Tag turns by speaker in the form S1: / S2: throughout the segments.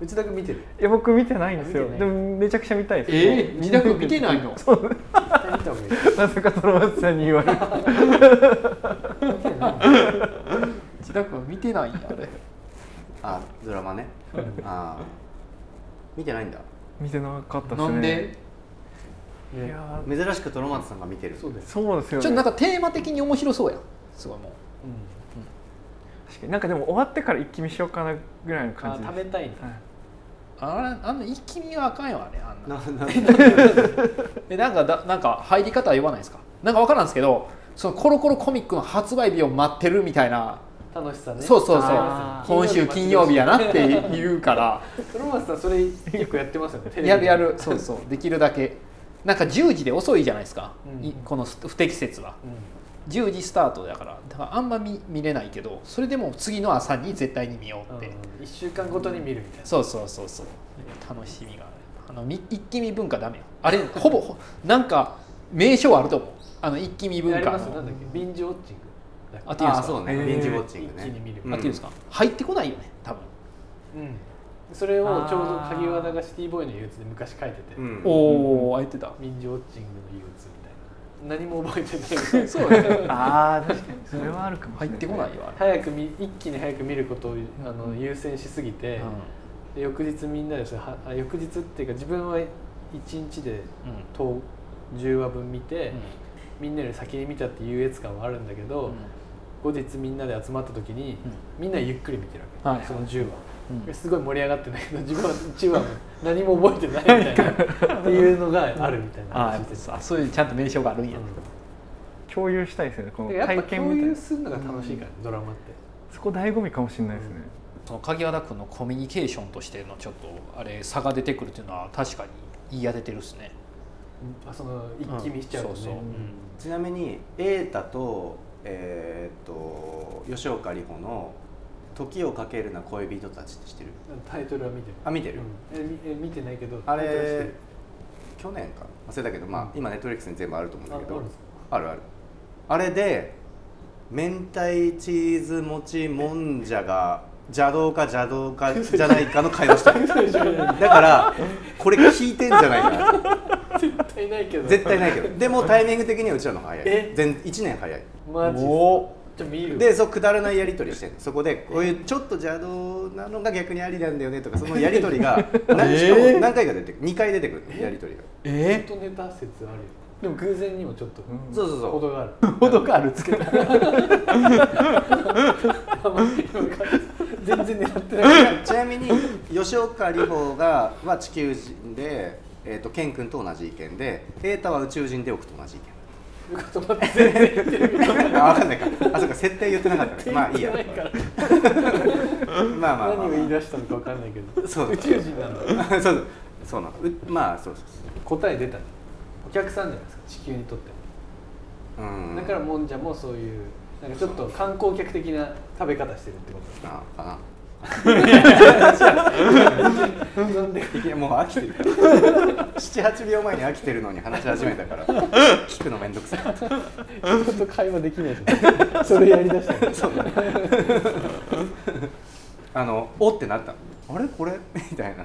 S1: 内田君見てる
S2: いや僕見てないんですよ
S1: 見て
S2: で
S1: ない
S2: もめちゃくちゃ見たいです
S3: えー、内田君見てないの
S2: そう
S1: 絶対見た方がいい
S2: なぜかトロマツさんに言われる
S3: 内田君見てないんやあれ
S4: あドラマねああ見てないんだ
S2: 見てなかったですね
S3: なんで
S2: いや
S4: 珍しくトロマツさんが見てる
S1: そうだよ
S2: ー、そうです
S3: ちょ
S2: よ
S3: っ
S2: ね
S3: となんかテーマ的に面白そうやんすごいもう
S1: う
S2: 確かになんかでも終わってから一気見しようかなぐらいの
S1: ん、あ
S2: 感じで
S1: ー
S2: す
S1: 食べたいね
S2: はい
S3: あれあの一気見はあかんよあれあんな
S4: なな
S3: えなんかだなんか入り方は言わないですかなんか分からんですけどそのコロコロコミックの発売日を待ってるみたいな、
S1: 楽しさね
S3: そうそうそう
S2: あー
S3: 今週金曜日やなって言うから
S1: トロマスさんそれよくやってますよねテレビで
S3: やるやるそうそうできるだけなんか10時で遅いじゃないですか、
S1: うん
S3: いこの不適切は
S1: うん
S3: 10時スタートだからだからあんま見見れないけどそれでも次の朝に絶対に見ようって、
S1: うん、1週間ごとに見るみたいな
S3: そうそうそうそう楽しみがあるあのみ一気見文化ダメよあれほぼほなんか名称あると思うあの一気見文
S1: あり
S3: 化
S1: ますな
S3: の
S1: んだっけビンジウォッチングだっけ
S3: あっていうんです
S4: あ
S3: か
S4: あそう
S2: え
S4: ね
S2: ー
S4: 臨時ウォッチング
S1: 一気に見
S4: ね
S1: る
S3: あっていうんですか入ってこないよね多分
S1: うん、それをちょうど鍵和田がシティボーイの憂鬱で昔書いてて、
S4: うん
S3: おおあえてた
S1: ビンジウォッチングの憂鬱みたいな何も覚えてない
S3: そうね
S2: あー確かにそれはあるかもしれ
S3: 入
S2: な
S3: っ
S2: い
S3: てこないよあれ
S1: 早く見一気に早く見ることをあの優先しすぎて、で翌日みんなでそれはあ翌日っていうか自分は1日で
S3: うんうん
S1: と10話分見て、みんなより先に見たって優越感はあるんだけど、
S3: うん
S1: 後日みんなで集まった時に、みんなゆっくり見てるわけ、
S3: はい
S1: その10話、
S3: うん
S1: すごい盛り上がってんだけど自分は10話も何も覚えてないみたいなっていうのがあるみたいな
S3: あ
S1: 話
S3: ー
S1: です、
S3: あそういうちゃんと名称があるんや、
S2: 共有したいですよねこ
S1: う
S2: の
S1: んやっ
S2: 体
S1: ぱ
S2: 験
S1: 共
S2: みたい
S1: 有
S2: な
S1: するのが楽しいから、ドラマって
S2: そこ醍醐味かもしれないですね、
S3: その鍵和田君のコミュニケーションとしてのちょっとあれ差が出てくるっていうのは確かに言い当ててるっすね
S1: あその一気見しちゃうと
S3: う
S1: ね、
S3: んそうそう
S4: ちなみに瑛太とえーっと吉岡里帆の「時をかけるな恋人たち」って知ってる
S1: タイトルは見てる
S4: あ見てる
S1: うんえみえ見てないけど
S4: あ
S1: タイトルは知って
S4: れ
S1: る
S4: 去年か忘れたけどまあ今ネットフリックスに全部あると思うんだけ
S1: ああ
S4: ど
S1: るんですか
S4: あるあるあれで明太チーズ餅もんじゃが邪道か邪道かじゃないかの会話してるだからこれ聞いてんじゃないかな
S1: 絶対ないけど
S4: 絶対ないけどでもタイミング的にはうちらの方が早
S1: え
S4: い全1年早い
S1: マジ
S3: お
S1: じゃあ見る
S4: でそうくだらないやり取りしてるそこでこういうちょっと邪道なのが逆にありなんだよねとかそのやり取 りが何しかも何回か出てくる2回出てくるのやり取りが
S3: え
S1: 本当ネタ説あるよでも偶然にもちょっと
S2: うん
S4: そうそう
S1: ほ
S4: そ
S1: どがある
S3: ほどがあるつけた
S1: あんまりわかんない全然狙ってないう
S4: ちなみに吉岡里帆がは地球人で、えー、とケン君と同じ意見で瑛太は宇宙人で奥と同じ意見
S1: 言葉全然言ってるけど
S4: あ分かんないかあそうか設定言ってなかったねまあいいや
S1: 言ってないから
S4: まあまあまあ、ま
S1: 何
S4: あ、
S1: を言い出したのかわかんないけど
S4: そう
S1: 宇宙人なんだ
S4: そうそうそうなのうまあそうそう
S1: 答え出たねお客さんじゃないですか地球にとって
S4: そううん
S1: だからもんじゃもそういうなんかちょっと観光客的な食べ方してるってこ
S4: なのかな
S1: となんで
S4: いやもう飽きてるから78秒前に飽きてるのに話し始めたから聞くのめんどくさい
S1: 人と会話できないじゃんそれやりだしたの
S4: そうだねあのおってなったあれこれみたいな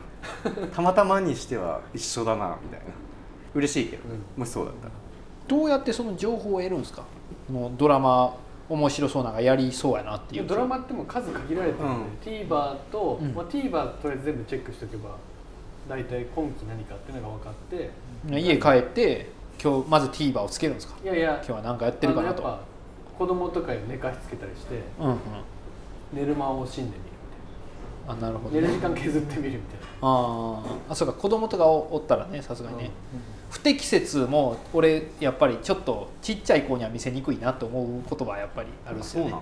S4: たまたまにしては一緒だなみたいな嬉しいけど、
S1: うん
S4: もしそうだったら
S3: どうやってその情報を得るんですかもうドラマ面白そうなんかやりそうやなって
S1: い
S3: い
S1: や
S3: う
S1: ドラマってもう数限られてるんで、TVer と、
S3: うん
S1: まあ、TVer とりあえず全部チェックしておけば大体今期何かっていうのが分かって
S3: 家帰って今日まず TVer をつけるんですか
S1: いやいや
S3: 今日は何かやってるかな
S1: あの
S3: と
S1: やっぱ子供とかに寝かしつけたりして
S3: うんうん
S1: 寝る間を惜しんで
S3: あなるほ
S1: み
S3: ど
S1: るみたいな寝
S3: ね
S1: る時間削ってみるみたい な
S3: あーあそうか子供とかおおったらねさすがにね、
S1: うん
S3: 不適切も俺やっぱりちょっとちっちゃい子には見せにくいなと思うことはやっぱりあるっすよね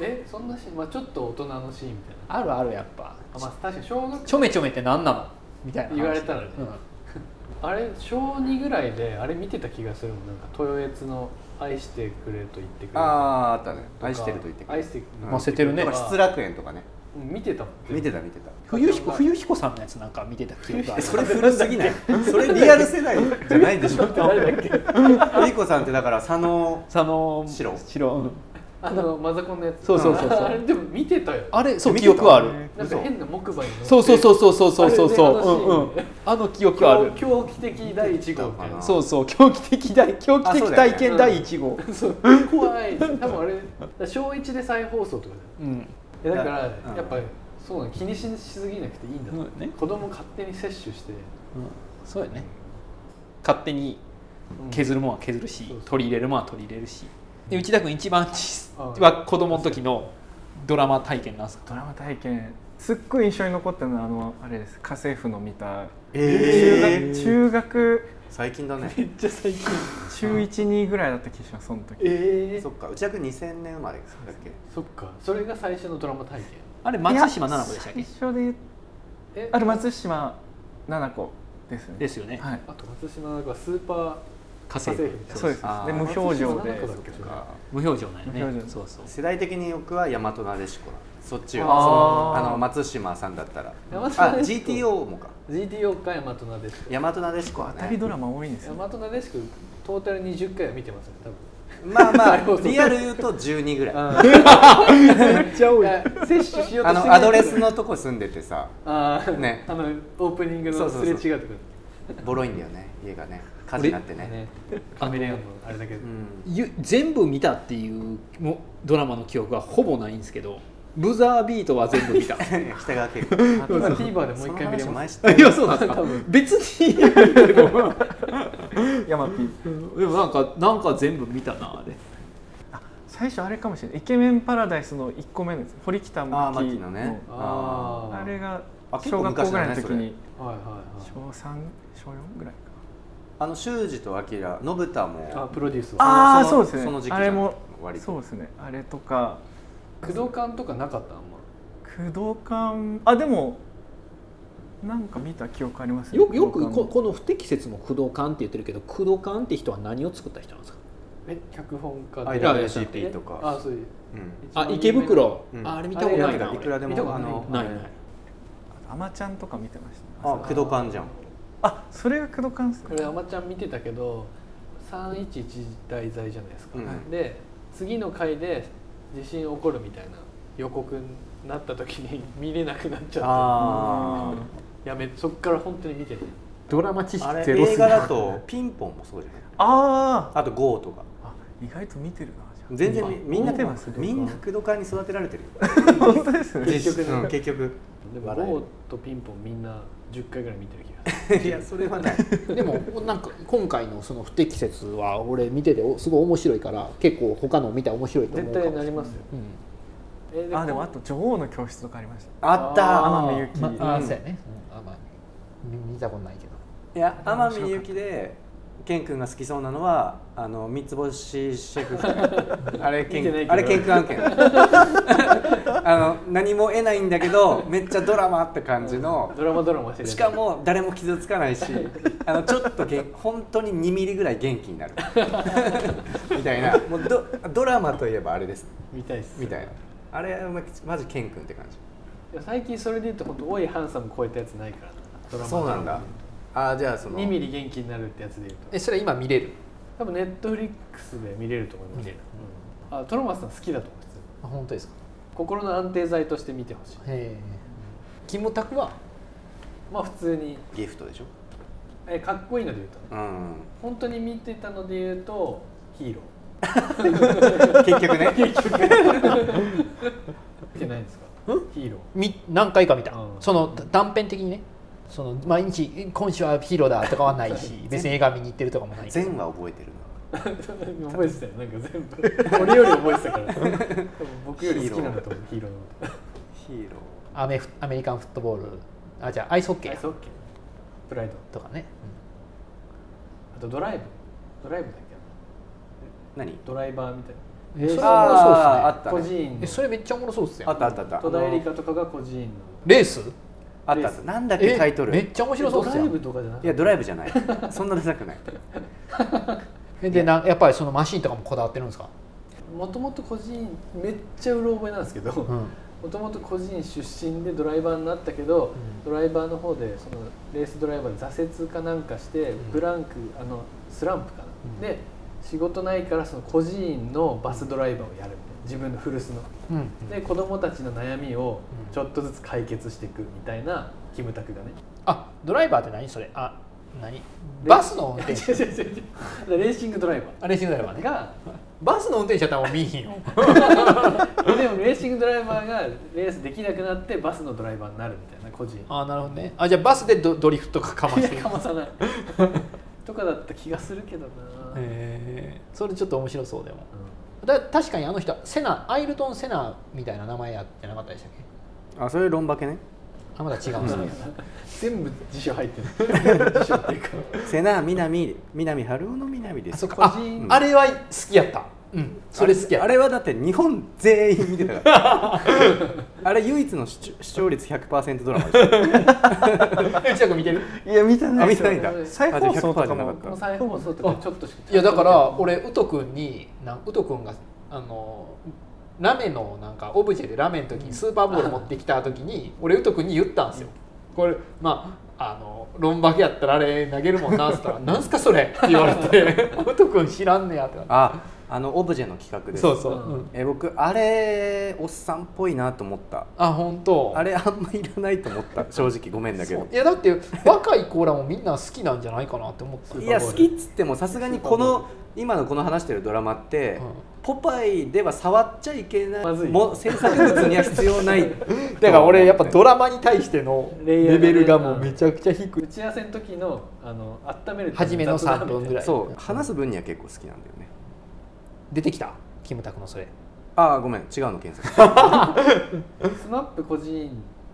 S1: えそんなシーン、まあ、ちょっと大人のシーンみたいな
S3: あるあるやっぱ
S1: あ、まあ、確かに小学
S3: ちょめちょめって何なのみたいな話
S1: 言われたらね
S3: うん
S1: あれ小2ぐらいであれ見てた気がするもんなんか豊悦の「愛してくれ」と言ってく
S4: あ
S1: れ
S4: ああったね
S1: とか
S4: 愛してると言ってくれ
S1: 愛してくれ
S4: うん
S3: 載せてるね
S4: とか失楽園とかね
S1: うん見てたもん
S4: 見てた見てた
S3: 冬彦冬彦さんのやつなんか見てた記憶が
S4: え
S3: あ る
S4: それ古すぎないそれリアル世代じゃないでしょ
S1: 誰だっけ
S4: リコさんってだから佐野
S3: その
S4: 白
S3: 白、うん
S1: あのマザコンのやつ
S3: そうそうそうそう
S1: あれでも見てたよ
S3: あれそう記憶はある
S1: なんか変な木馬に乗って
S3: そうそうそうそうそうそうそうそううん
S1: あ
S3: う
S1: れね
S3: んあの記憶はある
S1: 狂気的第一号みたいな
S3: そうそう狂気的大狂気的体験第1号
S1: そう怖い多分あれ小一で再放送とか
S3: うん
S1: だよいやだから
S4: うん
S1: やっぱりそうなの気にしすぎなくていいんだと
S3: そうだね
S1: 子供勝手に摂取して
S3: そうやね勝手に削るもんは削るし、
S1: そうそう
S3: 取り入れるもんは取り入れるしで内田君一番ち
S1: あ
S3: は子供の時のドラマ体験なんすか
S2: ドラマ体験すっごい印象に残ったのはあのあれです家政婦の見た
S4: えー
S2: 中学
S4: 最近だね
S1: めっちゃ最近
S2: 中12ぐらいだった気がしますその時
S1: ええ
S4: そっか内田君2000年生まれだっけ
S1: そっかそれが最初のドラマ体験
S3: あれ松島奈々子でしたっ
S2: いや
S3: け
S2: 最初で言う
S1: え
S2: あれ松島奈々子ですよね
S3: ですよね、
S2: はい
S1: あと松島なんかスーパ
S3: 家政婦
S1: 家政婦
S2: そうです
S4: あー
S2: で無表情
S1: 松島奈
S2: で
S1: 々子だっけそれ
S3: 無表情なんよね
S2: 無表情
S3: そうそう
S4: 世代的に僕は大和なでしこだそっちよ
S2: あー
S4: あの松島さんだったらあ
S1: 大和なでしこ
S4: GTO もか
S1: GTO か大和なでしこ
S4: 大和なでしこは
S2: 二人
S4: ね
S2: ドラマ多いんです
S1: 大
S2: よ
S1: 和なでしこトータル20回は見てますね多分
S4: まあ ま
S1: 再放
S4: あ
S1: 送
S4: リアル言うと12ぐらいあ
S1: めっちゃ多いや摂取しようとして
S4: の
S1: ない
S4: アドレスのとこ住んでてさ
S1: あー
S4: ね
S1: あのオープニング
S4: そ
S1: の
S4: う
S1: す
S4: そう
S1: れ
S4: そ
S1: 違
S4: う
S1: うとこ
S4: ボロいんだよね家がね火事になってね
S1: ねカメレオンのあれだけど
S4: うん
S3: ゆ全部見たっていうもドラマの記憶はほぼないんですけどブザービートは全部見た い
S4: 北川景子も
S1: 今 TVer でもう一回見れ
S4: 前
S1: ま
S4: 知
S1: す
S4: ってる
S3: やそうなん ですか別に
S2: ヤマピー
S3: でもなんかなんか全部見たなあれ
S2: 最初あれかもしれないイケメンパラダイスの1個目のやつ堀北
S4: ああ
S2: 真
S4: 牧
S2: 希
S4: 野ね
S1: あー
S2: あれが
S4: あ結
S2: 小
S4: 構
S2: 学校
S4: 昔
S2: ぐ
S4: だ
S2: らい
S4: ね
S2: の時に
S1: はいはい
S2: 小三小四ぐらいか
S4: あの修二と昭信太
S1: はいあ
S4: も
S1: プロデュースは
S2: ああー
S4: そ
S2: そ
S4: の
S2: うですね
S4: その時期じゃ
S2: あ
S4: ない
S2: れも
S4: 割と
S2: そうですねあれとか
S1: 工藤館とかなかったあんま
S2: 工藤館あでもなんか見た記憶ありますね
S3: よくよく
S2: 工藤
S3: こ
S2: 館
S3: この不適切も工藤館って言ってるけど工藤館って人は何を作った人なんですか
S1: え脚本家
S4: あ
S1: で
S4: いやいや CP とか
S1: あそういう
S4: うん
S3: あ池袋、
S4: うん
S3: ああれ見たことない
S1: あれ
S3: な
S1: や
S4: い
S3: 俺
S4: くらで
S1: 見たこと
S4: もあ
S1: な
S4: の
S3: な
S1: い
S3: い
S4: あ
S3: な
S4: れ
S3: い
S2: あまちゃんとか見てました
S4: あ
S2: ね
S4: 工藤館じゃん
S2: あそれが工藤館です
S1: こ
S2: ね
S1: れあまちゃん見てたけど311題材じゃないですか、
S4: うん
S1: で次の回で地震起こるみたいな予告になった時に 見れなくなっちゃっ
S4: あー
S1: てやめそっから本当に見てない
S3: ドラマ知
S4: あ
S3: 識
S4: れ
S3: ゼロす
S4: 映
S3: ぎ
S4: 画だとピンポンもそうじゃない
S2: あー
S4: あと GO とか
S2: あ意外と見てるなじゃあ
S4: 全然みみんな
S2: 見てます
S4: みんな工藤館に育てられてるよ
S2: 本当ですね
S1: 結局ね
S4: うん結局
S1: でも
S4: 笑える
S1: ゴーとピンポンみんな10回ぐらい見てる気がす
S4: いやそれはない
S3: でもなんか今回のその不適切は俺見てておすごい面白いから結構他の見たら面白いと
S1: る
S3: 思う
S1: 絶
S3: かも
S1: 対なりますよ、え
S2: あでもあと女王の教室とかありました
S4: あった
S2: 天海祐希
S3: うん、まあ
S4: うん
S3: そうやね、うんあまあ見見たことないけど
S4: いや天海祐希で健君が好きそうなのはあの三つ星シェフあれ
S1: 見てな
S4: 健
S1: いけど
S4: あれ健君案件あの何も得ないんだけどめっちゃドラマって感じの
S1: ドラマドラマしてる
S4: しかも誰も傷つかないしあのちょっとげ本当に2ミリぐらい元気になるみたいなもうドドラマといえばあれです
S1: 見たいっす
S4: みたいなあれまマジ健君って感じ
S1: いや最近それで言うと本当おいハンサム超えたやつないからなドラマ
S4: そうなんだあーじゃあその
S1: 2ミリ元気になるってやつで言うと
S3: えそれ今見れる
S1: 多分ネットフリックスで見れると思います
S3: 見れる
S1: うんあトロマスさん好きだと思う普通に
S3: あ本当ですか
S1: 心の安定剤として見てほしい
S3: へえキムタクは
S1: まあ普通に
S4: ギフトでしょ
S1: えかっこいいので言うとね
S4: うん
S1: 本当に見てたので言うとヒーロ
S4: 結局ね
S1: ー見てないんですかヒーロ
S3: み何回か見た、
S1: うん
S3: そのだ断片的にねその毎日今週はヒーローだとかはないし別に映画見に行ってるとかもないけど
S4: 全話覚えてるな
S1: ー覚えてたよなんか全部俺より覚えてたから多分僕より好きなんだと思うヒーローのこと
S4: ヒーロ
S3: アメフアメリカンフットボールあじゃあアイスホッケ
S1: アイ
S3: ー
S1: スホッケープライド
S3: とかね、
S1: あとドライブドライブだっけ
S4: ー何
S1: ドライバーみたい
S3: えそれ
S1: な
S3: はおもろそうっす
S4: あ
S3: ね
S4: ーあった
S1: 個
S4: ね
S1: 人
S3: えそれめっちゃおもろそうっす
S4: あ
S3: よ
S4: ったあったあった
S1: 戸田恵梨香とかが個人の
S3: レース
S4: あったあったなんだっけタイトル
S3: め
S4: い
S3: っちゃ面白そうっす
S1: ドライ
S3: よ
S1: ブとかじゃなくて
S4: やドライブじゃないそんなダサくない
S3: えでなやっぱりそのマシンとかもこだわってるんですか、
S1: もともと個人めっちゃうろ覚えなんですけど
S3: う
S1: も
S3: ん、
S1: ともと個人出身でドライバーになったけど、
S3: うん
S1: ドライバーの方でそのレースドライバーで挫折かなんかして、
S3: ん
S1: ブランクあのスランプかな、
S3: うん
S1: で仕事ないからその個人のバスドライバーをやるみたいな自分の古巣の
S5: うんうん
S1: で子供たちの悩みをちょっとずつ解決していくみたいなキムタクがね
S5: あドライバーって何それあ何バスの運転手
S1: 違う違う違う違うレーシングドライバ
S5: あれしてくれれば
S1: ー
S5: ね
S1: が
S5: バスの運転手やったらもう見えへんよ
S1: でもレーシングドライバーがレースできなくなってバスのドライバーになるみたいな個人
S5: あなるほどねあじゃあバスでドドリフとかかまし
S1: い
S5: て
S1: やかまさない とかだった気がするけどな、
S5: へえそれちょっと面白そうでも
S1: うん
S5: だ確かにあの人セナアイルトン・セナみたいな名前やってなかったでしたっけ
S4: あそれロンバケね
S5: あまだ違うんですね
S1: 全部辞書入って る辞書っていうか
S4: 瀬名南南春夫の南で
S5: あ
S4: す
S5: そっかあ
S1: 個人
S5: あれは好きやったうんそれ好きや
S4: あ
S5: った
S4: れはだって日本全員見てたから あれ唯一の視聴視聴率100%ドラマでし
S5: あれ内田君見てる
S2: いや見た
S4: ょあ
S2: ない
S4: 見
S2: です
S4: て
S2: よ
S4: ないんだ
S2: 再放送とかも
S4: あじゃあ100%じゃなかっ
S1: この
S4: た
S1: 再放送とかちょっとしか
S5: いやだから俺ウト君になんウト君があのラメのなんかオブジェでラメの時にスーパーボール持ってきた時に俺ウト君に言ったんですよこれまああのロンバケやったらあれ投げるもんなっつったら「なんすかそれ」って言われて「ウト君知らんねや」ってなって
S4: ああのオブジェの企画です
S5: そうそう、
S1: うん
S5: うん
S4: え僕あれおっさんっぽいなと思った
S5: あ本当
S4: あれあんまいらないと思った 正直ごめんだけ
S5: そう
S4: ど
S5: いやだって若い子らもみんな好きなんじゃないかなって思ってた
S4: いや好きっつってもさすがにこの今のこの話してるドラマって、
S5: うん
S4: ポパイでは触っちゃいけない
S1: まずい
S4: も制作物には必要ない
S5: だから俺やっぱドラマに対してのレベルがもうめちゃくちゃ低
S1: 打
S5: い
S1: ち合わせの時のあの温める
S5: 初めの3分ぐらい
S4: そう話す分には結構好きなんだよね
S5: 出てきたキムタクのそれ
S4: ああごめん違うの検索
S1: スマップ個人っ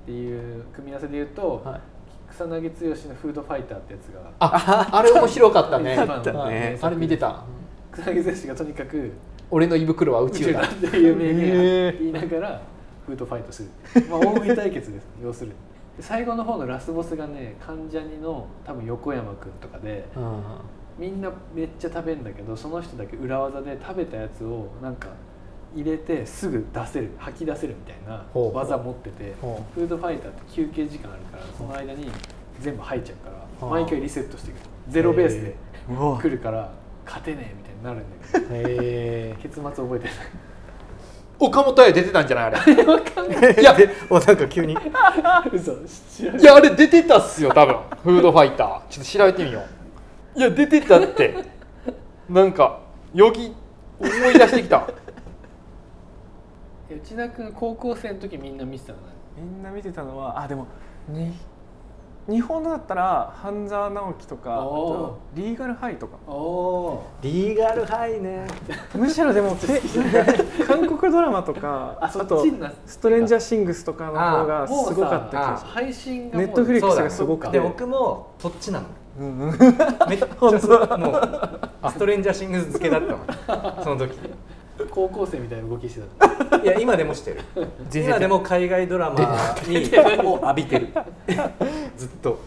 S1: ていう組み合わせで言うと、
S5: はい
S1: 草薙剛のフードファイターってやつが
S5: あ あれ面白かったね
S1: あったね
S5: はいあれ見てた
S1: 草薙剛がとにかく
S5: 俺の胃袋は宇
S1: 宇
S5: 宙
S1: 宙
S5: だ
S1: だっていう名言
S5: へ
S1: を
S5: ー
S1: 言いながらフードファイトする、 まあ、大食い対決です要するに最後の方のラスボスがね関ジャニの多分横山君とかで
S5: うん
S1: みんなめっちゃ食べるんだけどその人だけ裏技で食べたやつをなんか入れてすぐ出せる吐き出せるみたいな
S5: ほう
S1: 技持ってて
S5: ほ
S1: フードファイターって休憩時間あるからその間に全部入っちゃうか
S5: は
S1: ら
S5: あ
S1: 毎回リセットしていくゼロベースで
S4: うわ
S1: 来るから勝てねえみたいになるんだ けど
S5: へえ
S1: 結末覚えてない
S5: 岡本綾出てたんじゃないあ れいや
S4: おなんか急に
S1: 嘘知らない
S5: いやあれ出てたっすよ多分フードファイターちょっと調べてみよういや出てたってなんかよぎ思い出してきた
S1: え内田君高校生の時みんな見てたのね
S2: みんな見てたのはあでもに日本のだったら半沢直樹とかあとリーガルハイとか
S1: おお
S4: リーガルハイね
S2: むしろでも て韓国ドラマとか
S1: あ
S2: あ
S1: そっち
S2: と
S1: にな
S2: 「ストレンジャーシングス」とかの方
S4: あ
S2: がすごかった気がする
S1: 配信が
S2: ネットフリックスがすごくて
S4: で僕もそっちなの
S2: うんう
S4: め
S2: ん
S4: っちゃそうもうストレンジャーシングス付けだった もんその時
S1: 高校生みたいな動きしてた
S4: いや今でもしてる
S5: 全然
S4: 今でも海外ドラマにを浴びてるずっと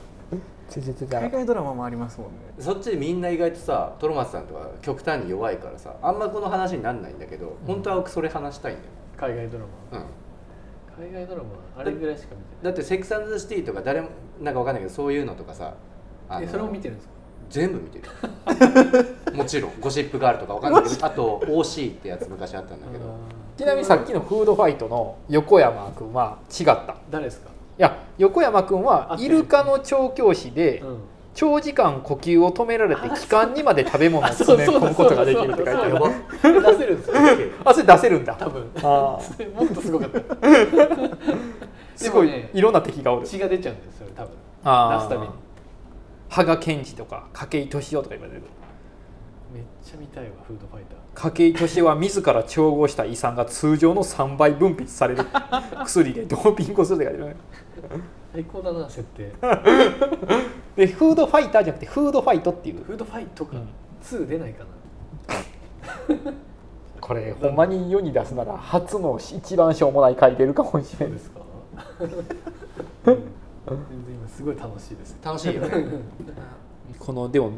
S5: 全然出てな
S2: 海
S5: い
S2: 外ドラマもありますもんね
S4: そっちでみんな意外とさトロマツさんとか極端に弱いからさあんまこの話にならないんだけど本当は僕それ話したいんだ
S1: 海外ドラ
S4: よ、
S1: マ海外ドラマあれぐらいしか見
S4: う
S1: て
S4: ん、だってセックス・アンド・ザシティとか誰もなんかわかんないけどそういうのとかさあ
S1: ない
S4: の
S1: えそれも見てるんですか
S4: 全部見てる もちろんゴシップがあるとかわかんないけどあと OC ってやつ昔あったんだけど
S5: ちなみにさっきのフードファイトの横山君は違った
S1: 誰ですか
S5: いや横山君はイルカの調教師で
S1: うん
S5: 長時間呼吸を止められて気管にまで食べ物を詰め込むことができるって書いてあ
S1: そう
S5: る
S1: だそうだ出せるんですよ
S5: あそれ出せるんだ
S1: 多分
S5: あ ー
S1: もっとすごかった
S5: すごい、
S1: でもね
S5: いろんな敵がおる
S1: 血が出ちゃうんですよ多分
S5: あー
S1: 出すために
S5: 羽賀健二とか筧利夫とか言われる
S1: めっちゃ見たいわフードファイター
S5: 筧利夫は自ら調合した胃酸が通常の3倍分泌され る薬でドーピングをするって書いてある
S1: 最高だな設定
S5: でフードファイターじゃなくてフードファイトっていう
S1: フードファイトか
S5: うん
S1: 2出ないかな
S5: これほんまに世に出すなら初の一番しょうもない回出るかもし
S1: そ
S5: れ
S1: う
S5: な
S1: で
S5: い
S1: すかうん全然今すごい楽しいです
S4: 楽しいよね
S5: このでも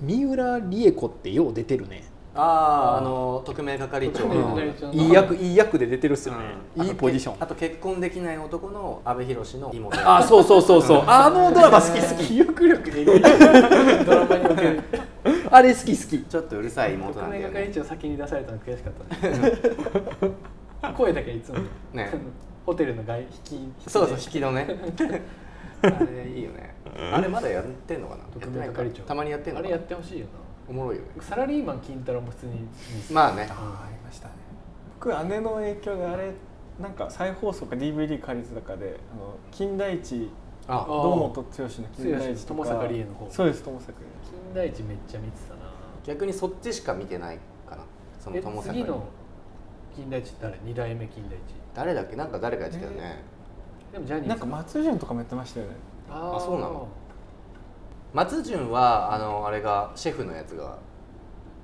S5: 三浦理恵子ってよう出てるね
S4: あ ああの匿名係長
S1: 匿名
S4: の
S1: 係長
S5: いい役いい役で出てるっすよね、
S4: うん
S5: いいポジション
S4: あと結婚できない男の阿部寛の妹
S5: あそうそうそうそうあのドラマ好き好 き
S1: 記憶力でいいドラマにおける
S5: あれ好き好き
S4: ちょっとうるさい妹
S1: 特
S4: なんだ
S1: 命
S4: よね
S1: 係長先に出されたの悔しかったね声だけいつも、
S4: ね
S1: ホテルの外引き引きで
S4: そうそう引きのねあれいいよねあれまだやってんのかな
S1: 特命
S4: やってな
S1: 係
S4: いか
S1: 長
S4: たまにやってん
S1: あ
S4: のか
S1: れ
S4: な
S1: やってほしいよ
S4: おもろいよね
S1: なサラリーマン金太郎も普通に
S4: まあね
S1: あありま
S4: したね
S2: 僕姉の影響であれなんか再放送か DVD 借りてたかであの金田一
S4: あ
S1: あ
S2: 堂本剛の金田一と
S1: 友
S2: か
S1: 坂理恵の方
S2: そうです友坂理
S1: 金田一めっちゃ見てたな
S4: 逆にそっちしか見てないかなその
S1: え
S4: 友坂
S1: 次の金田一誰二代目金田一
S4: 誰だっけなんか誰かやってたよね、
S1: でもジャニ
S2: 恵
S1: ーズ
S2: なんか松潤とかもやってましたよね
S1: あ
S4: あそうなの松潤はあのあれがシェフのやつが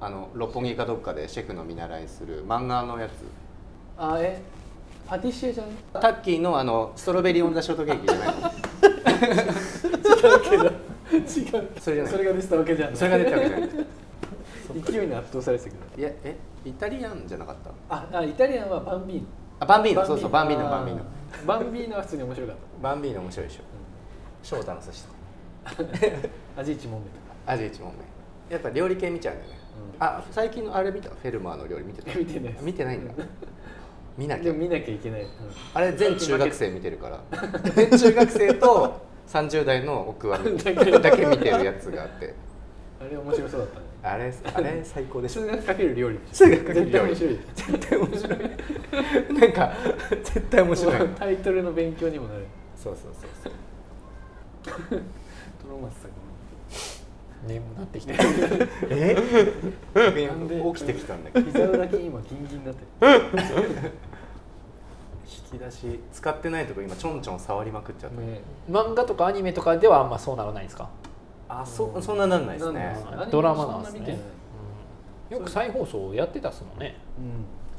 S4: あの六本木かどっかでシェフの見習いする漫画のやつ
S1: あえパティシエじゃん
S4: タッキーのあのストロベリーオンザショートケーキじゃないの
S1: 違うそ
S4: それじゃない
S1: が出てたわけじゃな い
S4: それが出てたわけじゃない
S1: 勢いに圧倒されてたけど
S4: いやえイタリアンじゃなかった
S1: ああイタリアンはバンビーノ
S4: あバンビーノそうそうバンビーノ
S1: あ
S4: バンビーノ
S1: バンビーノは普通に面白かっ
S4: バンビーノ面白いでしょ翔太の寿司とか
S1: た味一問目とか
S4: 味一問目やっぱ料理系見ちゃうんだよね、あ最近のあれ見たフェルマーの 料理見てた
S1: 見てないです
S4: 見てないんだ見なき
S1: で
S4: ゃ
S1: も見なきゃいけない、うん
S4: あれ全中学生見てるから全中学生と30代の奥は
S1: だけ
S4: だけ見てるやつがあって
S1: あれ面白そうだったね
S4: あれあれ最高でしょ
S1: 数学かける料理
S4: 数学かける料理
S1: 絶対面
S4: 絶対面白い なんか絶対面
S1: 白い
S4: 白いそう
S1: タイトルの勉強にもなる
S4: そうそうそう
S1: トロマスさんが
S3: 眠くなってきて
S4: え
S1: なんで
S4: 起きてきたんだけど
S1: 膝裏筋今ギンギンになってる
S4: 引き出し使ってないとこ今ちょんちょん触りまくっちゃった、
S1: ね
S3: 漫画とかアニメとかではあんまそうならないんですか、
S4: あそそんななんないですね
S1: なんだ
S3: ドラマなんですね
S1: アニメもそ見てい
S3: よく再放送やってたっすもんね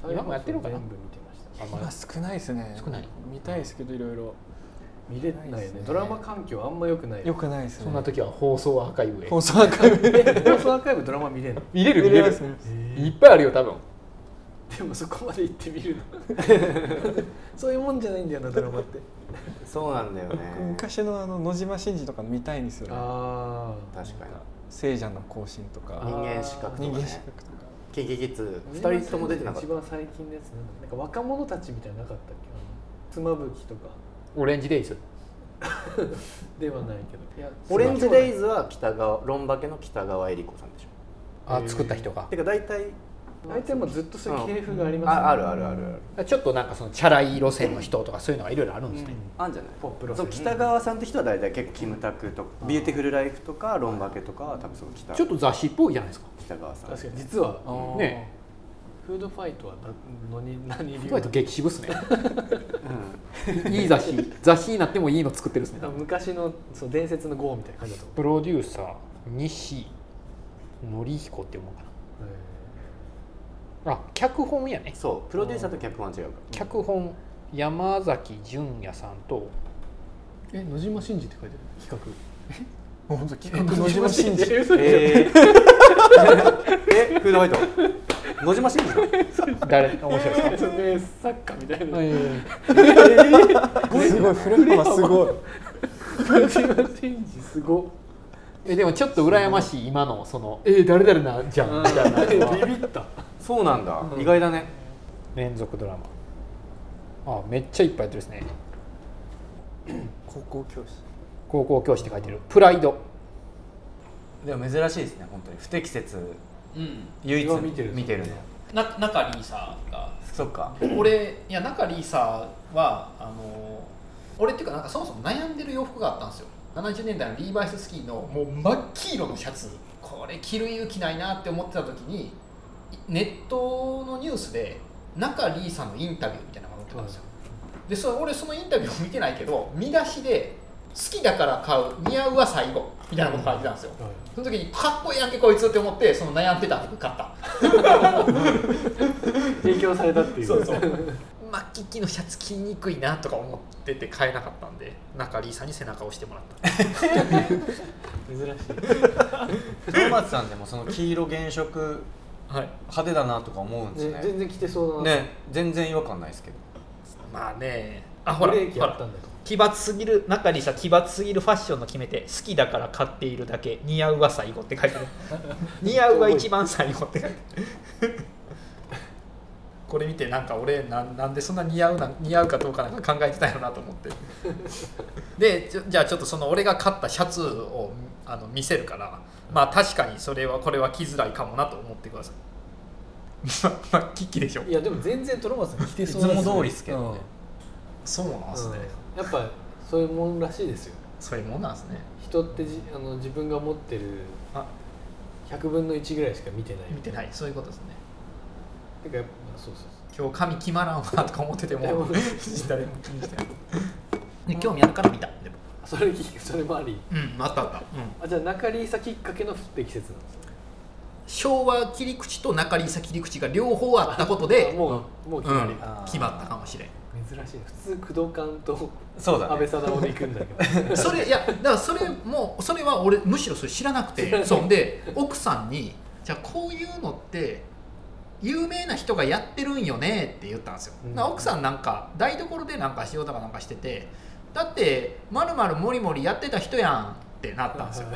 S1: うん
S3: 今もやってるかな
S1: 全部見てました
S3: あんまり
S2: 今少ないですね
S3: 少ない
S2: 見たいですけどいろいろ
S1: 見れないよねドラマ環境あんま良くない
S2: よくないですね
S3: そんな時は放送アーカイブへ
S2: 放送赤い
S1: え放送アーカイブドラマ 見れんの
S3: 見れる見
S2: 見
S3: れ
S2: れ
S3: る
S2: ますね
S3: いっぱいあるよ多分
S1: でもそこまで行ってみるの そういうもんじゃないんだよなドラマって
S4: そうなんだよね
S2: 昔のあの野島伸二とか見たいんですよね
S1: あ
S4: 確かに
S2: 聖者の行進とか
S1: あー
S4: 人間資格と
S2: 人
S4: か
S2: 間資
S4: ね
S2: 格とか
S4: キンキキッズ2人とも出てなかっ
S1: 一
S4: た
S1: 番最近ですねなんか若者たちみたいなのなかったっけ妻夫木とか
S3: オレンジデイズ
S1: ではないけどいや
S4: オレンジデイ
S1: ズ
S4: ズは北川ロンバケの北川恵理子さんでしょ
S3: あ作った人が
S4: てか大体
S1: 大体もうずっとそういう系譜があります
S4: ああるあるあるある
S3: ちょっとなんかそのチャラい路線の人とかそういうのがいろいろあるんですね、
S4: あんじゃない
S1: ポップ路線
S4: そう北川さんって人は大体結構キムタクとかビューティフルライフとかロンバケとかは多分その北
S3: ちょっと雑誌っぽいじゃないですか
S4: 北川さん
S1: 確かに実は
S2: あー
S3: ね
S1: フードファイトはのに何理
S3: 意
S1: 由
S3: 外と激渋っすねいい雑誌雑誌になってもいいの作ってるっすね
S1: 昔のその伝説の号みたいな感じだと思う
S3: プロデューサー西紀彦って思うかなあ脚本やね
S4: そうプロデューサーと脚本は違うから
S3: 脚本山崎純也さんと
S1: え野島真二って書いてある企
S2: もう本当企
S1: 画
S2: 画野島伸二
S4: えーえフードファイト野島伸二の
S3: 誰面白いです
S1: そう名作家みたいな、
S3: か、はい
S2: すごいフレ幅すごい
S1: 野島真二すごっ
S3: えでもちょっと羨ましい今のそのえ誰々なんじゃんみたいなのは
S1: ビビった
S4: そうなんだ、意外だね
S3: 連続ドラマあめっちゃいっぱいやってるですね
S2: 高校教師
S3: 高校教師って書いてるプライド
S4: でも珍しいですね本当に不適切
S5: うん、
S4: 唯一
S1: 一見てる
S4: 見てるの
S5: な中リーサーが
S4: そっか
S5: 俺いや中リーサーはあの俺っていうかなんかそもそも悩んでる洋服があったんですよ70年代のリーバイススキーのもう真っ黄色のシャツこれ着る勇気ないなって思ってた時にネットのニュースで中リーサーのインタビューみたいなのが載ってたんですよでそれ俺そのインタビューを見てないけど見出しで「好きだから買う似合うは最後」みたいなこと書いてたんですよその時にかっこいいやんけこいつって思ってその悩んでた服買った
S1: 影響されたっていう
S5: そうそうマッキッキのシャツ着にくいなとか思ってて買えなかったんで中リーさんに背中を押してもらった
S1: 珍しい
S4: トマツさんでもその黄色原色
S5: はい
S4: 派手だなとか思うんです
S1: ね
S4: ね、
S1: 全然着てそうだな、
S4: ね全然違和感ないですけど
S5: まあねあほ
S1: ブ
S5: ら
S1: レーキ
S5: ほ
S1: あった
S5: ら
S1: んだよ
S5: 奇抜すぎる中リーさん奇抜すぎるファッションの決め手好きだから買っているだけ似合うは最後 って書いてある似合うは一番最後って書いてある これ見てなんか俺なんなんでそんな似合うな似合うかどうかなんか考えてたよなと思ってでじゃじゃあちょっとその俺が買ったシャツをあの見せるからまあ確かにそれはこれは着づらいかもなと思ってください まあキッキでしょ
S1: いやでも全然トロマツさん着てそう
S4: いつも通りっすけどね
S5: そうなん
S1: うん
S5: ですね、
S1: やっぱそういうもんらしいですよ
S5: そういうもんなんですね
S1: 人ってじあの自分が持ってる
S5: あ
S1: 100分の1ぐらいしか見てない
S5: 見てないそういうことですね
S1: だからやっぱそうそうそう
S5: 今日髪決まらんわとか思ってて
S1: いやも
S5: も
S1: う
S5: 誰も気にしてないで興味あるから見たでも
S1: あそれきそれもあり
S5: うんあったあった、うん、
S1: あじゃあ中里さきっかけの適切なんですね
S5: 昭和切り口と中里さ切り口が両方あったことで
S1: あもうもう決まり、
S5: うん
S1: あー
S5: 決まったかもしれん
S1: 珍しい普通工藤館と
S4: そうだ
S1: 安
S4: ね
S1: 倍貞夫で行くんだけど
S5: それいやだからそれもそれは俺むしろそれ知らなくて そんで奥さんに「じゃあこういうのって有名な人がやってるんよね」って言ったんですよ、
S1: うん
S5: な奥さんなんか台所でなんか仕事かなんかしてて「だってまるまるもりもりやってた人やん」ってなったんですよ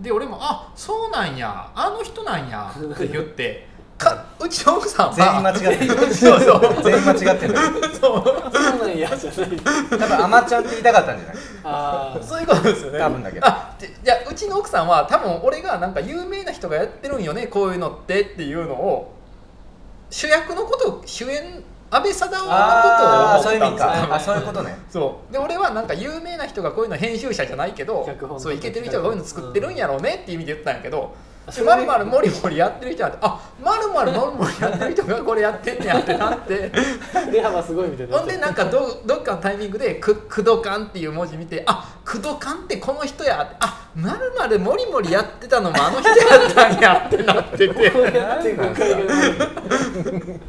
S5: で俺も「あそうなんやあの人なん や」って言ってかうちの奥さんは
S4: 全員間違ってる
S5: そうそう
S4: 全員間違ってる
S5: そう
S1: そうなんやじゃない
S4: 多分アマちゃんって言いたかったんじゃない
S1: あー
S5: そういうことですよね
S4: 多分だけど
S5: あでじゃあうちの奥さんは多分俺がなんか有名な人がやってるんよねこういうのってっていうのを主役のこと主演安倍貞夫
S4: ああーそういう
S5: の
S4: 意
S5: ことを
S4: 味
S5: 思ったんですよ
S4: かあそういうことね
S5: そうで俺はなんか有名な人がこういうの編集者じゃないけど
S1: 脚本とか
S5: そういけてる人がこういうの作ってるんやろうねっていう意味で言ったんやけど
S1: あ
S5: でまるまるもりもりやってる人なんてあまるまるもりもりやってる人がこれやってんねやって なって。
S1: 出幅すごいみたいにな
S5: ほ
S1: っ
S5: ん
S1: ちゃ
S5: で
S1: う
S5: なんかどどっかのタイミングで「くくどかん」っていう文字見て「あくどかんってこの人や」って「あまるまるもりもりやってたのもあの人やったんや」ってなってて
S1: こうやって誤解が生まれる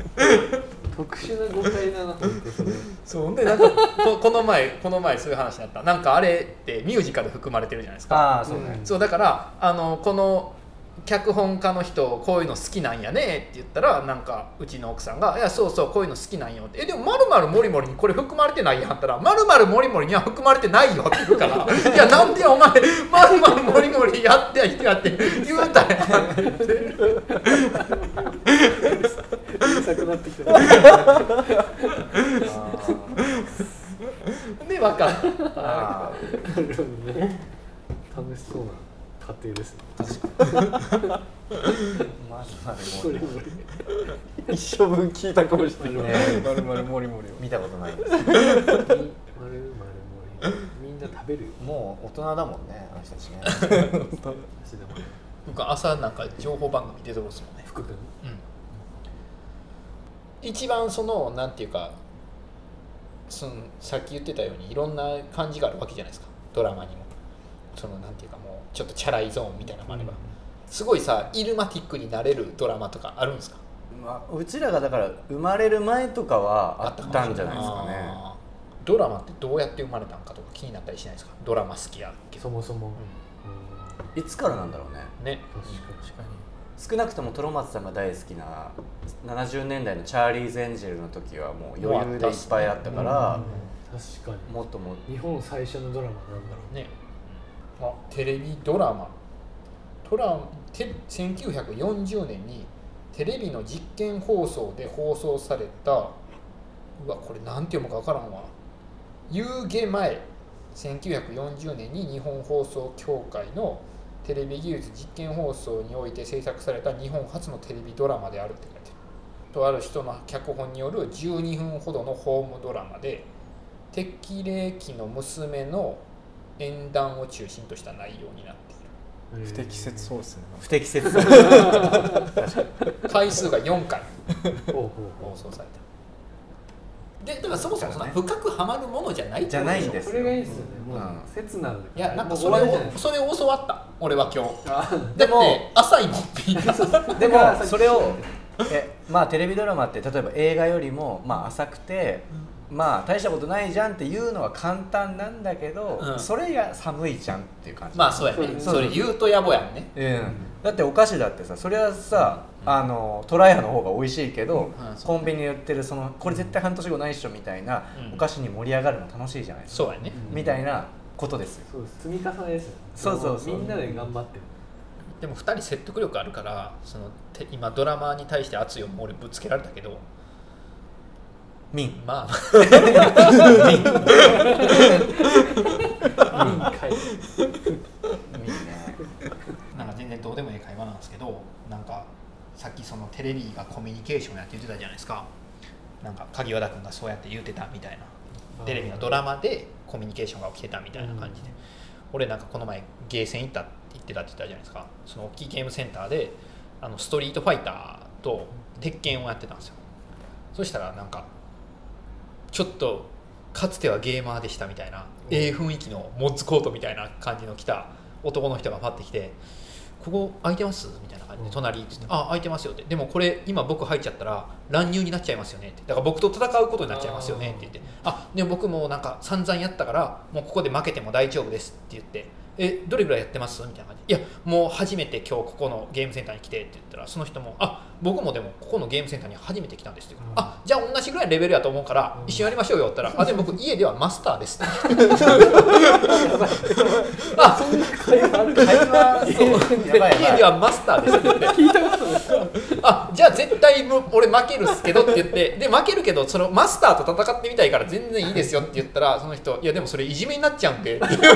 S1: 特殊な誤解だなと思ってそれ
S5: そうほんでなんかこ この前この前そういう話になったなんかあれってミュージカル含まれてるじゃないですか
S4: ああそうね
S5: そうだからあのこの脚本家の人こういうの好きなんやねって言ったらなんかうちの奥さんが「いやそうそうこういうの好きなんよ」って「えでもまるまるもりもりにこれ含まれてないやん」ったら「まるまるもりもりには含まれてないよ」って言うから「いやなんでお前まるまるもりもりやってやってやって言うたやん」
S1: 小さくなってきたな
S5: で分かる
S4: あ
S1: るほどね楽しそうな家庭ですね
S4: ーまずまず
S1: こ
S4: も
S1: れ
S4: う
S1: も
S2: 一生分聞いたかもしれない
S4: ね
S2: まるまるもりもりを
S4: 見たことない
S1: みまるまるもりみんな食べるよ
S4: もう大人だもんねあの人たちね
S1: 足玉
S5: 僕朝なんか情報番組出てますもんね
S1: 福君
S5: 一番そのなんていうかそのさっき言ってたようにいろんな感じがあるわけじゃないですかドラマにもそのなんていうかもうちょっとチャラいゾーンみたいなのもあれば、すごいさイルマティックになれるドラマとかあるんですか
S4: まあ、うちらがだから生まれる前とかはあ
S5: かも
S4: っ
S5: しれ
S4: たんじゃないですかね
S5: あードラマってどうやって生まれたのかとか気になったりしないですかドラマ好きやけど、
S1: そもそも、
S5: う
S4: いつからなんだろうね
S5: ん、ね
S1: 確かに
S4: 少なくともトロマツさんが大好きな70年代のチャーリーズ・エンジェルの時はもう余裕でいっぱいあったから
S1: 確か
S4: もっともっと
S1: に日本最初のドラマなんだろ
S5: ね、あテレビドラマトラテ1940年にテレビの実験放送で放送されたうわこれなんて読むかわからんわ夕下前1940年に日本放送協会のテレビ技術実験放送において制作された日本初のテレビドラマであるって書いてあるとある人の脚本による12分ほどのホームドラマで適齢期の娘の演談を中心とした内容になっている
S1: う
S2: 不適切そうですね
S4: 不適 切
S5: 回数が4回
S1: ほうほうほ
S5: 放送されたでだからそもそもそんな深くハマるものじゃないってこと
S4: じゃないん
S5: しょ
S4: で
S1: う
S4: す
S1: そ
S4: よ
S1: れがいいですよねもう、
S4: うん
S1: 切なので
S5: いやなんかそれ
S1: もう終わ
S5: をそれを教わった俺は今日
S1: り
S5: で
S4: で
S5: も
S4: も
S5: 浅いもんピー
S4: でもそれをえまあテレビドラマって例えば映画よりもまあ浅くてまあ大したことないじゃんっていうのは簡単なんだけど、
S5: うん
S4: それが寒いじゃんっていう感じ
S5: まあそうや
S1: そう
S5: ね
S1: です
S4: ね
S5: それ言うと野暮やんね
S4: うん、だってお菓子だってさそれはさ、あのトライアの方が美味しいけど、
S5: うんうんそう
S4: コンビニで売ってるそのこれ絶対半年後ないっしょみたいな、
S5: うん
S4: お菓子に盛り上がるの楽しいじゃないですか、
S5: そうやね
S1: うん
S4: みたいなことですよ
S1: そうです積み重ねですよね
S4: そうそうそう
S1: みんなで頑張ってる
S5: でも2人説得力あるからそのて今ドラマに対して熱い思いを俺ぶつけられたけど
S4: ミン
S5: まあま
S6: いいねなんか全然どうでもいい会話なんですけどなんかさっきそのテレビがコミュニケーションやって言ってたじゃないですかなんか鍵和田君がそうやって言ってたみたいなテレビのドラマでコミュニケーションが起きてたみたいな感じで、俺なんかこの前ゲーセン行ったって言ってたって言ったじゃないですかその大きいゲームセンターであのストリートファイターと鉄拳をやってたんですよそしたらなんかちょっとかつてはゲーマーでしたみたいなええ雰囲気のモッズコートみたいな感じの着た男の人がパッて来て「ここ空いてます?」みたいな感じで隣って言って「あ空いてますよ」って「でもこれ今僕入っちゃったら乱入になっちゃいますよね」って「だから僕と戦うことになっちゃいますよね」って言って「あでも僕もなんか散々やったからもうここで負けても大丈夫です」って言って「えどれぐらいやってます?」みたいな感じで「いやもう初めて今日ここのゲームセンターに来て」って言ったらその人も「あ僕もでもここのゲームセンターに初めて来たんです」って言うから「あじゃあ同じぐらいレベルやと思うから一緒にやりましょうよ」って言ったら「あでも僕家ではマスターです」 ってあ やばいや
S5: 家
S6: ばい
S5: ではマスターですって言ってあじゃあ絶対もう俺負けるっすけどって言ってで負けるけどそのマスターと戦ってみたいから全然いいですよって言ったらその人「いやでもそれいじめになっちゃうんで」って言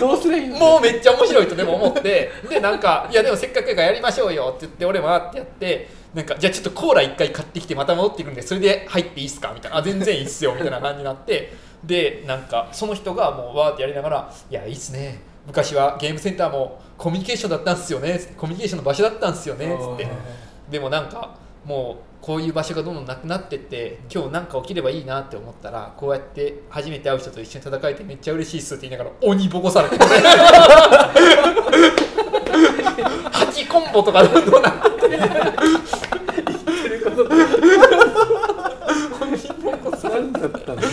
S1: どうすりゃいいの
S5: もうめっちゃ面白いとでも思ってでなんか「いやでもせっかくやからやりましょうよ」って言って俺回ってやってなんか「じゃあちょっとコーラ1回買ってきてまた戻ってくるんでそれで入っていいっすか?」みたいな「あ全然いいっすよ」みたいな感じになってでなんかその人がもうわーってやりながら「いやいいっすね昔はゲームセンターもコミュニケーションだったんすよね」つってコミュニケーションの場所だったんすよね」つって。でもなんかもうこういう場所がどんどんなくなってって今日なんか起きればいいなって思ったらこうやって初めて会う人と一緒に戦えてめっちゃ嬉しいっすって言いながら鬼ぼこされて八コンボとかどんどんなって
S1: 何だったの
S5: い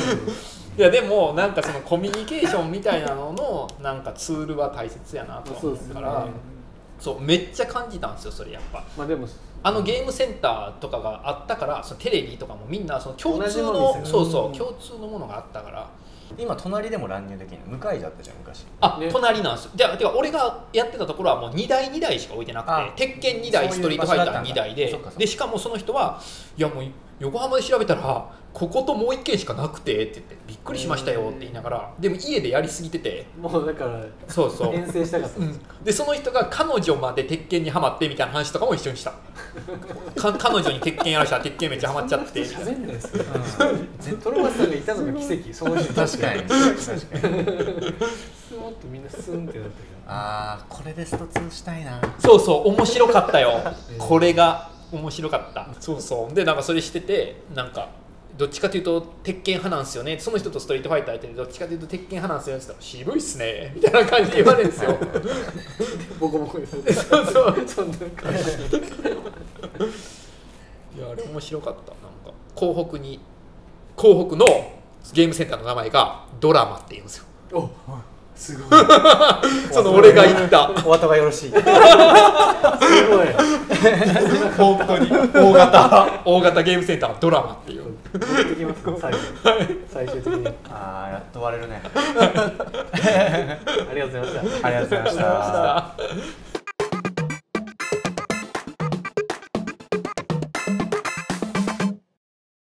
S5: やでもなんかそのコミュニケーションみたいなののなんかツールは大切やなと
S1: そう
S5: 思う
S1: ですね
S5: からそうめっちゃ感じたんですよそれやっぱ
S1: まあでも
S5: あのゲームセンターとかがあったからそのテレビとかもみんなその共
S1: 同
S5: 通
S1: じもの
S5: の
S1: ですよね
S5: そうそう共通のものがあったから
S4: 今隣でも乱入できない向かいだったじゃん昔
S5: あ、
S1: ね
S5: 隣なんですよ。じゃあ、てか俺がやってたところはもう2台2台しか置いてな
S4: あ
S5: くて、鉄拳2台、
S4: そう
S5: ス
S4: いう
S5: トリートファイタ
S4: 場所だった
S5: ー
S4: んだ
S5: 2台で
S4: そっかそっ、か
S5: でしかもその人は、いやもう横浜で調べたら、ここともう1軒しかなくてって言って、びっくりしましたよって言いながら、でも家でやりすぎてて、
S1: もうだから
S5: そうそう。
S1: 遠征したかった
S5: う
S1: の
S5: ん、でその人が彼女まで鉄拳にはまってみたいな話とかも一緒にしたか彼女に鉄拳やらしたら鉄拳めっちゃはまっち ゃってみたいな
S1: 喋んないですよトロマスさんがいたのが奇跡その人
S4: 確かに確かに
S1: スーッとみんなスンってなってる
S4: ああこれでスト2したいな
S5: そうそう面白かったよこれが面白かったそうそうでなんかそれしててなんかどっちかというと鉄拳派なんですよねその人とストリートファイターやっててどっちかというと鉄拳派なんですよねって言ったら渋いっすねみたいな感じで言われるんですよ
S1: ボコボコにされて
S5: そうそう
S1: そんな感じ
S5: いやあれ面白かったなんか広北に広北のゲームセンターの名前がドラマって言うん ですよ
S1: おすごいす
S5: その俺が言った
S4: お後がよろしい
S1: ごい
S5: 本当に大型 大型ゲームセンタードラマっていう
S1: 持ってきますか最後最終的に
S4: ああやっと割れるね
S1: ありがとうございました
S4: ありがとうございました